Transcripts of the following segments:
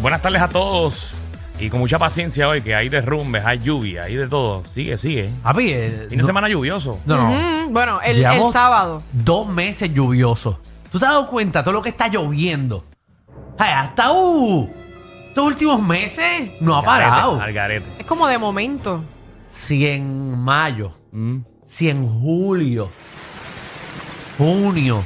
Buenas tardes a todos. Y con mucha paciencia hoy, que hay derrumbes, hay lluvia, hay de todo. Sigue, sigue. Papi, eh, Fin de no- semana lluvioso. No, no. Mm, Bueno, el, el Llevamos sábado. Dos meses lluviosos. ¿Tú te has dado cuenta todo lo que está lloviendo? Ay, hasta uh, estos últimos meses no ha parado. Al garete. Es como de momento. Si en mayo, Mm. si en julio, junio,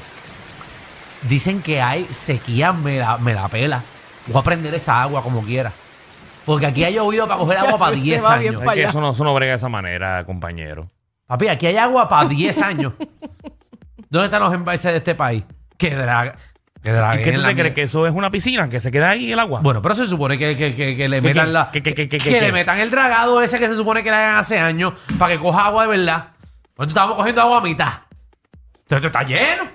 dicen que hay sequía, me la, me la pela. Voy a prender esa agua como quiera. Porque aquí ha llovido para coger agua para Se 10 va bien años. Es que allá. eso no, eso no brega de esa manera, compañero. Papi, aquí hay agua para 10 años. ¿Dónde están los embalses de este país? Que draga. Que draga. ¿Y qué tú te crees? ¿Que eso es una piscina? ¿Que se queda ahí el agua? Bueno, pero se supone que, que- que- que le ¿Qué, metan qué, la. qué, qué, qué, qué, que qué? le metan el dragado ese que se supone que le hagan hace años para que coja agua de verdad. Nosotros estamos cogiendo agua a mitad. Entonces, esto está lleno.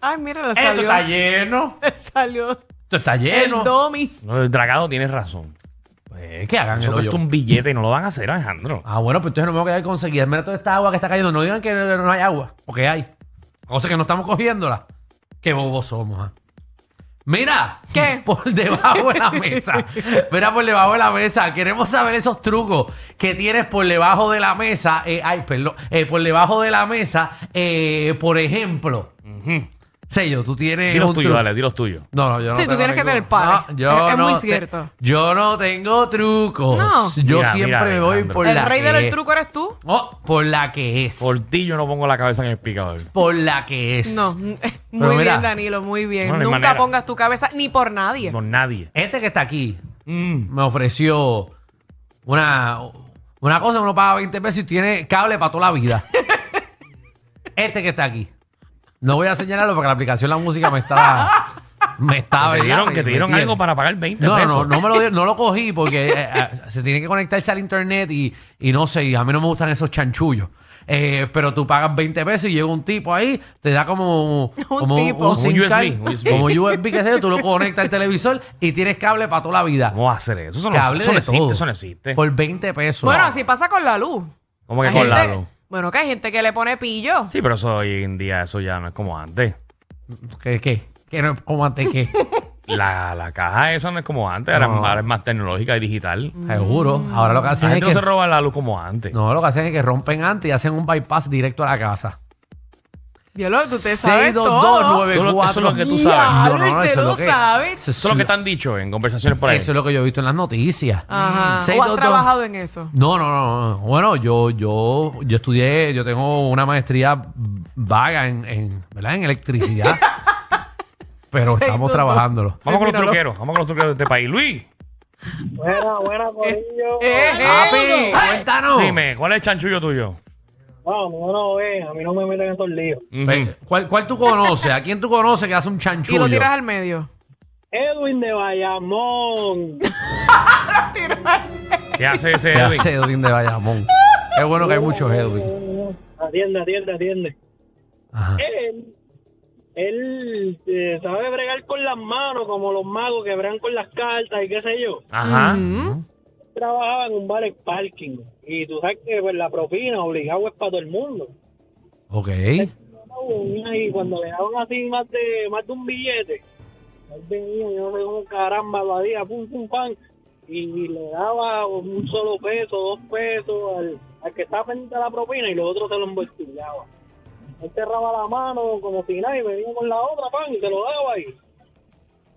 Ay, mira, le Esto salió. está lleno. Le salió Esto está el lleno. domi. No, el dragado tiene razón. Pues que hagan Eso el cuesta hoyo. un billete y no lo van a hacer, Alejandro. Ah, bueno, pues entonces no me voy a quedar con sequía. Mira toda esta agua que está cayendo. No digan que no no hay agua, porque hay. Cosa que no estamos cogiéndola. Qué bobos somos, ah. Mira, ¿Qué? por debajo de la mesa. Mira por debajo de la mesa. Queremos saber esos trucos que tienes por debajo de la mesa. Eh, ay, perdón. Eh, por debajo de la mesa, eh, por ejemplo. Sello, tú tienes. Dilos un tuyos, truco? dale, dilos tuyos. No, no, yo no Sí, tú tengo tienes que ningún- tener pares. No, yo Es- es no muy te- cierto. yo no tengo trucos. No. Mira, Yo mira, siempre me voy Alejandro. por El la E. rey que del es. truco eres tú. Oh, por la que es. Por Por, ti yo no pongo la cabeza en el picador. la que es. No, muy Pero mira. bien, Danilo, muy bien. No, no hay Nunca manera. pongas tu cabeza ni por nadie. Por nadie. Este que está aquí Mm. me ofreció una, una cosa, uno paga 20 pesos y tiene cable para toda la vida. este que está aquí. No voy a señalarlo porque la aplicación de la música me está. Me está Que te ¿verdad? dieron, Me- que te me dieron tiene. algo para pagar 20 No, no, pesos. no, no me lo, dio- no lo cogí porque eh, eh, se tiene que conectarse al internet y, y no sé, y a mí no me gustan esos chanchullos. Eh, pero tú pagas 20 pesos y llega un tipo ahí, te da como un, como tipo. un SIM Un USB, card, un USB. como USB, que sé yo, tú lo conectas al televisor y tienes cable para toda la vida. ¿Cómo va a hacer eso? Eso no, Cable eso no de existe, todo. eso no existe. Por 20 pesos. Ah, Bueno, así pasa con la luz. ¿Cómo que Hay con gente- lado? Bueno, que hay gente que le pone pillo. Sí, pero eso hoy en día, eso ya no es como antes. ¿Qué? ¿Qué? ¿Qué no, ¿Cómo antes qué? La, la caja esa no es como antes, ahora, es No. más- ahora es más tecnológica y digital. Seguro. Ahora lo que La hacen es gente no que... se roba la luz como antes. No, lo que hacen es que rompen antes y hacen un bypass directo a la casa. Diablo, tú te sabes todo. 62294. Eso es lo que tú Ya, sabes. No, no, no, Luis, eso se es lo lo que- sabe. eso es Eso es lo que te han dicho en conversaciones por ahí. Eso es lo que yo he visto en las noticias. Mm. Ajá. ¿O has 622. trabajado en eso? No, no, no. no. Bueno, yo, yo, yo estudié, yo tengo una maestría vaga en, en, ¿verdad? en electricidad. Pero estamos 622. trabajándolo. Vamos con los Míralo. truqueros, vamos con los truqueros de este país. Luis, Buena, buena, Corillo. Eh, eh. ¡Papi! ¡Cuéntanos! dime, ¿cuál es el chanchullo tuyo? No, no, no, ven, a mí no me meten en estos líos. Ve, ¿Cuál, ¿Cuál tú conoces? ¿A quién tú conoces que hace un Y chanchullo? lo tiras al medio. Edwin de Bayamón. ¿Qué hace ese ¿Qué Edwin? hace Edwin de Bayamón? Es bueno que hay muchos Edwin. Atiende, atiende, atiende. Ajá. Él, él eh, sabe bregar con las manos, como los magos que bregan con las cartas y qué sé yo. Ajá. Mm. Trabajaba en un bar en parking. Y tú sabes que pues, la propina obligado es para todo el mundo. Ok. Y cuando le daban así más de, más de un billete, él venía, yo no sé cómo caramba lo hacía, pum, pum, pan, y le daba un solo peso, dos pesos al, al que estaba pendiente de la propina y los otros se lo embolsillaba. Él cerraba la mano como si nada y venía con la otra, pan, y se lo daba ahí.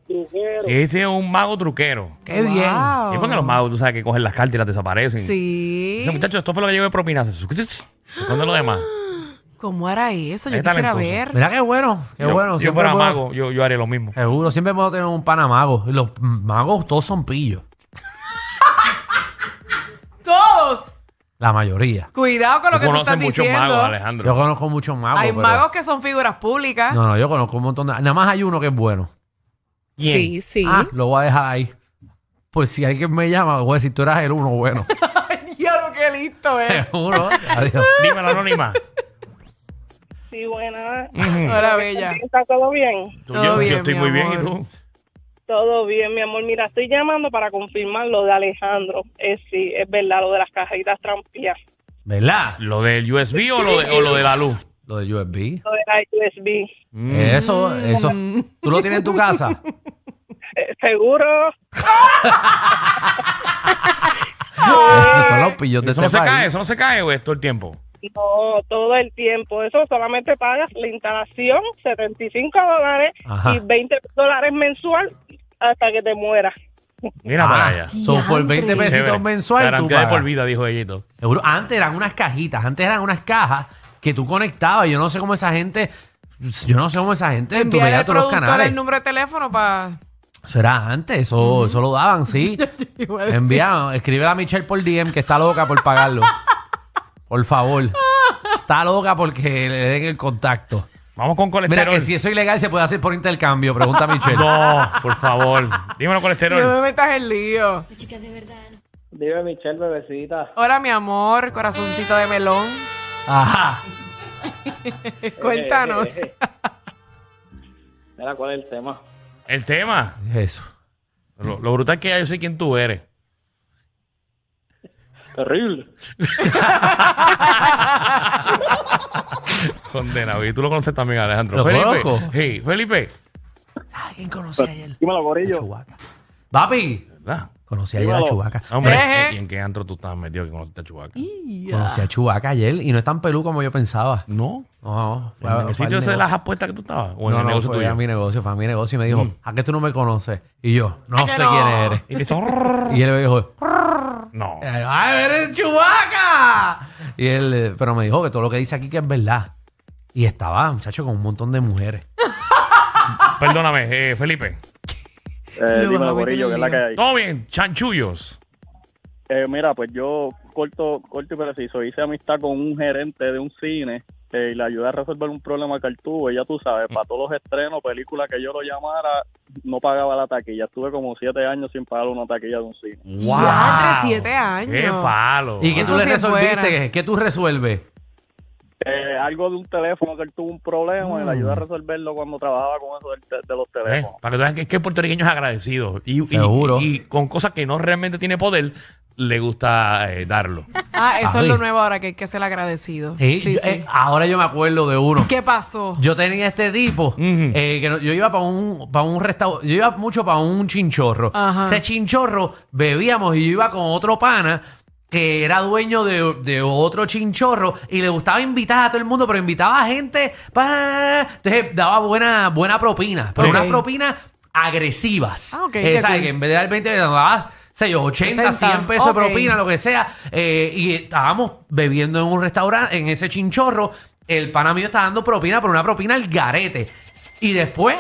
Truquero. Sí, sí, es un mago truquero. ¡Qué bien! Wow. ¿Y por qué los magos, tú sabes, que cogen las cartas y las desaparecen? Oh. Sí. Dice, muchachos, esto fue lo que llevo de propina. Se esconde lo demás. ¿Cómo era eso? Yo Es quisiera talentoso. ver. Mira qué bueno, qué Yo- bueno. Si yo siempre fuera puedo- mago, yo, yo haría lo mismo. Seguro, siempre puedo tener un pana mago. Y Los magos todos son pillos. Todos. La mayoría. Cuidado con lo Tú que tú conoces estás muchos diciendo. magos, Alejandro. Yo conozco muchos magos. Hay pero- magos que son figuras públicas. No, no, yo conozco un montón de. Nada más hay uno que es bueno. ¿Quién? sí. Ah, lo voy a dejar ahí. Por si alguien me llama, voy a decir, tú eras el uno bueno. Ay, diablo, qué listo es. Te juro. Adiós. Dímelo, anónima. Sí, buena. Ahora bella. ¿Está todo bien? Tú, Todo yo, yo bien, estoy mi muy bien, ¿y amor. tú? Todo bien, mi amor. Mira, estoy llamando para confirmar lo de Alejandro. Es sí, es verdad, lo de las cajitas trampías, ¿Verdad? ¿Lo del USB o lo de, o lo de la luz? Mm. Lo de USB. lo de la USB. Mm. Eso, eso. ¿Tú lo tienes en tu casa? Eh, seguro, Esos son los pillos de Eso no este se país. cae, eso no se cae, güey, todo el tiempo. no, todo el tiempo. Eso solamente pagas la instalación, 75 dólares Ajá. y 20 dólares mensual hasta que te mueras. Mira Ah, para allá. so, por 20 Diantre. pesitos Chévere. mensual tú Garantía de pagas. por vida, dijo Ellito. Seguro. Antes eran unas cajitas, antes eran unas cajas que tú conectabas. Yo no sé cómo esa gente, yo no sé cómo esa gente tú Enviar veías al todos los productor canales. el número de teléfono para... Eso era antes, eso, eso lo daban, sí. Envía, escribe a Michelle por DM que está loca por pagarlo. por favor. Está loca porque le den el contacto. Vamos con Mira, colesterol. que si eso es ilegal se puede hacer por intercambio, pregunta Michelle. Pues No, por favor. Dímelo, colesterol. No me metas en lío. Dime, Michelle, bebecita. Hola, mi amor, corazoncito de melón. Ajá. Cuéntanos. Mira, ¿cuál es el tema? El tema. Eso. Lo, lo brutal que ya yo sé quién tú eres. Terrible. Condena, y tú lo conoces también, Alejandro. ¿Lo Felipe. conozco? Sí, Felipe. ¿Quién conocía ayer? Dímelo, gorillo. Chubaca. Papi, ¿Verdad? conocí ayer a Dímelo. Chubaca. Hombre, Ejé. ¿y en qué antro tú estabas metido que conociste a Chubaca? Conocí a Chubaca ayer y no es tan pelú como yo pensaba. No. No, fue- ¿En fue el sitio ese al de negocio. las apuestas que tú estabas? ¿O en no, el no, negocio fue tuyo? Mm. a mi negocio, fue a mi negocio y me dijo, ¿a qué tú no me conoces? Y yo, no que sé no? quién eres. Y te hizo- Y él me dijo, No. Eh. Eh, ¡ay, eres Chubaca! Y él, eh, pero me dijo que todo lo que dice aquí que es verdad. Y estaba, muchacho, con un montón de mujeres. Perdóname, eh, Felipe. vas a Eh, meter dímelo, Gorillo, en que es la que hay. Todo bien, chanchullos. Eh, mira, pues yo, corto, corto y preciso, hice amistad con un gerente de un cine eh, y le ayudé a resolver un problema que él tuvo. Y ya tú sabes, para todos los estrenos, películas que yo lo llamara, no pagaba la taquilla. Estuve como siete años sin pagar una taquilla de un cine. ¡Wow! Diantre, siete años. ¡Qué palo! Eh, ¿Y qué Eso tú le sí es resolviste? buena. ¿Qué- ¿Qué tú resuelves? Eh, algo de un teléfono que él tuvo un problema y le ayudé a resolverlo cuando trabajaba con eso del te- de los Mm. Eh, teléfonos. Para que tú veas que es que el puertorriqueño es agradecido. Y, y- Seguro. Y, con cosas que no realmente tiene poder, le gusta eh, darlo. Ah, eso es Papi. lo nuevo ahora, que hay que ser agradecido. Sí, Sí, yo- sí. eh, ahora yo me acuerdo de uno. ¿Qué pasó? Yo tenía este tipo Ujú. eh, que no- yo iba para un para un restaurante, yo iba mucho para un chinchorro. Ajá. Ese chinchorro bebíamos y yo iba con otro pana que era dueño de, de otro chinchorro y le gustaba invitar a todo el mundo, pero invitaba a gente, pa, entonces daba buena buena propina, pero Ok. unas propinas agresivas. Ah, ok, Eh, qué ¿sabes? cool. Que en vez de dar 20 me daba, sé yo, 80, 60, 100 pesos ok. de propina, lo que sea. eh, y estábamos bebiendo en un restaurante, en ese chinchorro. El pana mío está dando propina, pero una propina al garete. Y después,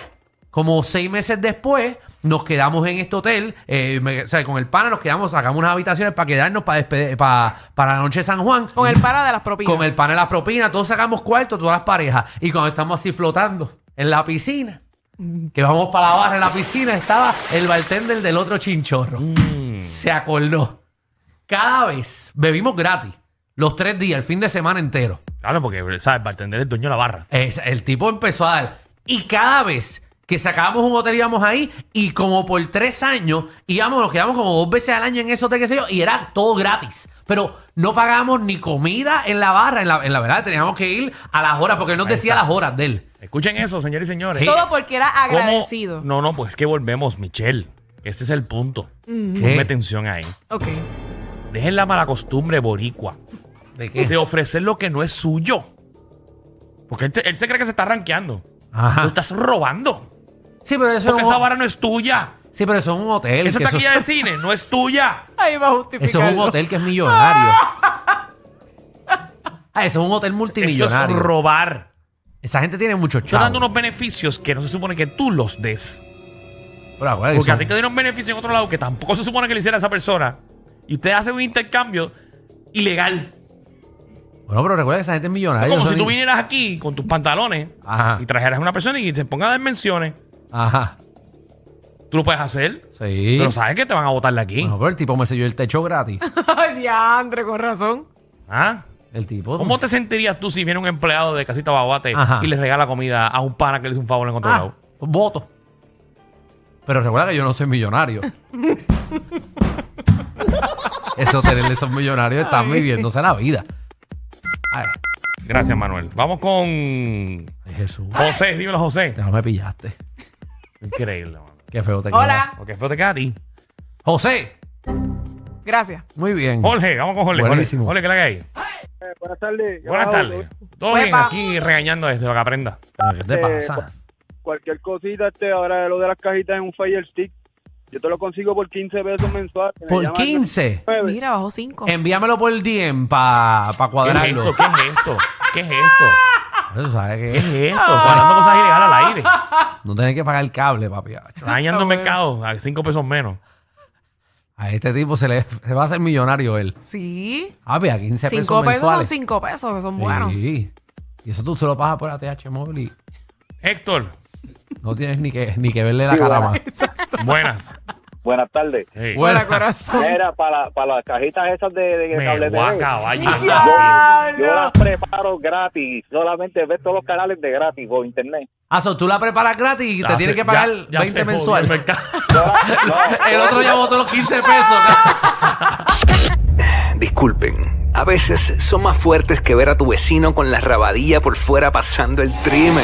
como seis meses después, nos quedamos en este hotel. eh, me- o sea, con el pana nos quedamos, sacamos unas habitaciones para quedarnos para, despedir- para, para la noche de San Juan. Con el para de las propinas. Con el pan de las propinas, todos sacamos cuartos, todas las parejas. Y cuando estamos así flotando en la piscina, que vamos para la barra en la piscina, estaba el bartender del otro chinchorro. Mm. Se acordó. Cada vez bebimos gratis, los tres días, el fin de semana entero. Claro, porque, ¿sabes? Para atender el dueño de la barra. Es- el tipo empezó a dar. Y cada vez que sacábamos un hotel íbamos ahí y como por tres años íbamos, nos quedamos como dos veces al año en ese hotel, qué sé yo, y era todo gratis. Pero no pagábamos ni comida en la barra, en la, en la verdad, teníamos que ir a las horas, porque él nos Ahí decía está. las horas de él. Escuchen eso, señores y señores. Sí. Todo porque era ¿Cómo? agradecido. No, no, pues es que volvemos, Michelle. Ese es el punto. Ponme ¿Qué? atención ahí. Ok. Dejen la mala costumbre boricua ¿De qué? de ofrecer lo que no es suyo. Porque él, te- él se cree que se está rankeando. Lo Ajá. estás robando. Sí, pero eso Porque es un, esa barra no es tuya. sí, pero eso es un hotel. Esa que eso, taquilla es- de cine no es tuya. Ahí va a justificar. eso es un hotel que es millonario. Ah, eso es un hotel Eso es multimillonario. robar. Esa gente tiene muchos Estás dando chavos. unos beneficios que no se supone que tú los des. Pero acuérdate, Porque a son- ti te dieron beneficios en otro lado que tampoco se supone que le hiciera a esa persona. Y usted hace un intercambio ilegal. Bueno, pero recuerda que esa gente es millonaria. Es como ellos si son- tú vinieras aquí con tus pantalones Ajá. y trajeras a una persona y te ponga a dar menciones. Ajá. Tú lo puedes hacer. Sí. Pero sabes que te van a botar de aquí. Bueno, pero el tipo me selló el techo gratis. Ay, diantre, con razón. ¿Ah? El tipo. ¿Cómo te sentirías tú si viene un empleado de Casita Babate Ajá. y le regala comida a un pana que le hizo un favor en otro Ah, lado? voto. Pero recuerda que yo no soy millonario. Esos tenerle esos millonarios están viviéndose la vida. Ay, Gracias, Manuel. Vamos con ay, Jesús. José. Dímelo, José. Ya no me pillaste. Increíble, mano. Qué feo te Hola. Porque feo te queda a ti. queda. José. Gracias. Muy bien. Jorge, vamos con Jorge. Buenísimo. Jorge, Jorge, ¿qué le hay? Eh, buenas tardes. Buenas tardes. Todo bien, Huepa. aquí regañando desde lo que aprenda. ¿Qué te Eh, pasa? Cualquier cosita, este, ahora lo de las cajitas en un Fire Stick, yo te lo consigo por 15 pesos mensual. Me Por llaman 15. nueve. Mira, bajó cinco. Envíamelo por DM para ¿Qué es cuadrarlo. esto? ¿Qué es esto? ¿Qué es esto? Eso, ¿sabes ¿Qué qué? es esto? Guardando cosas ilegales al aire. No tenés que pagar el cable, papi. Dañando el bueno. mercado a cinco pesos menos. A este tipo se le se va a hacer millonario él. Sí. Ah, a 15 pesos Cinco pesos son mensuales. cinco pesos, que son buenos. Sí. Y eso tú se lo pagas por ATH móvil y Héctor, no tienes ni que, ni que verle la cara más. buenas. Buenas tardes. Sí. Buena corazón. Era para, para las cajitas esas de, de que Me cable voy a TV. acabar llegando aquí. Yo ¡Diablo! las preparo gratis. Solamente ves todos los canales de gratis por internet. Ah, so, tú la preparas gratis y te Ya tienes se- que pagar ya- ya 20 se jodió mensuales. el mercado. El otro ya botó los 15 pesos. disculpen. A veces son más fuertes que ver a tu vecino con la rabadilla por fuera pasando el trimen.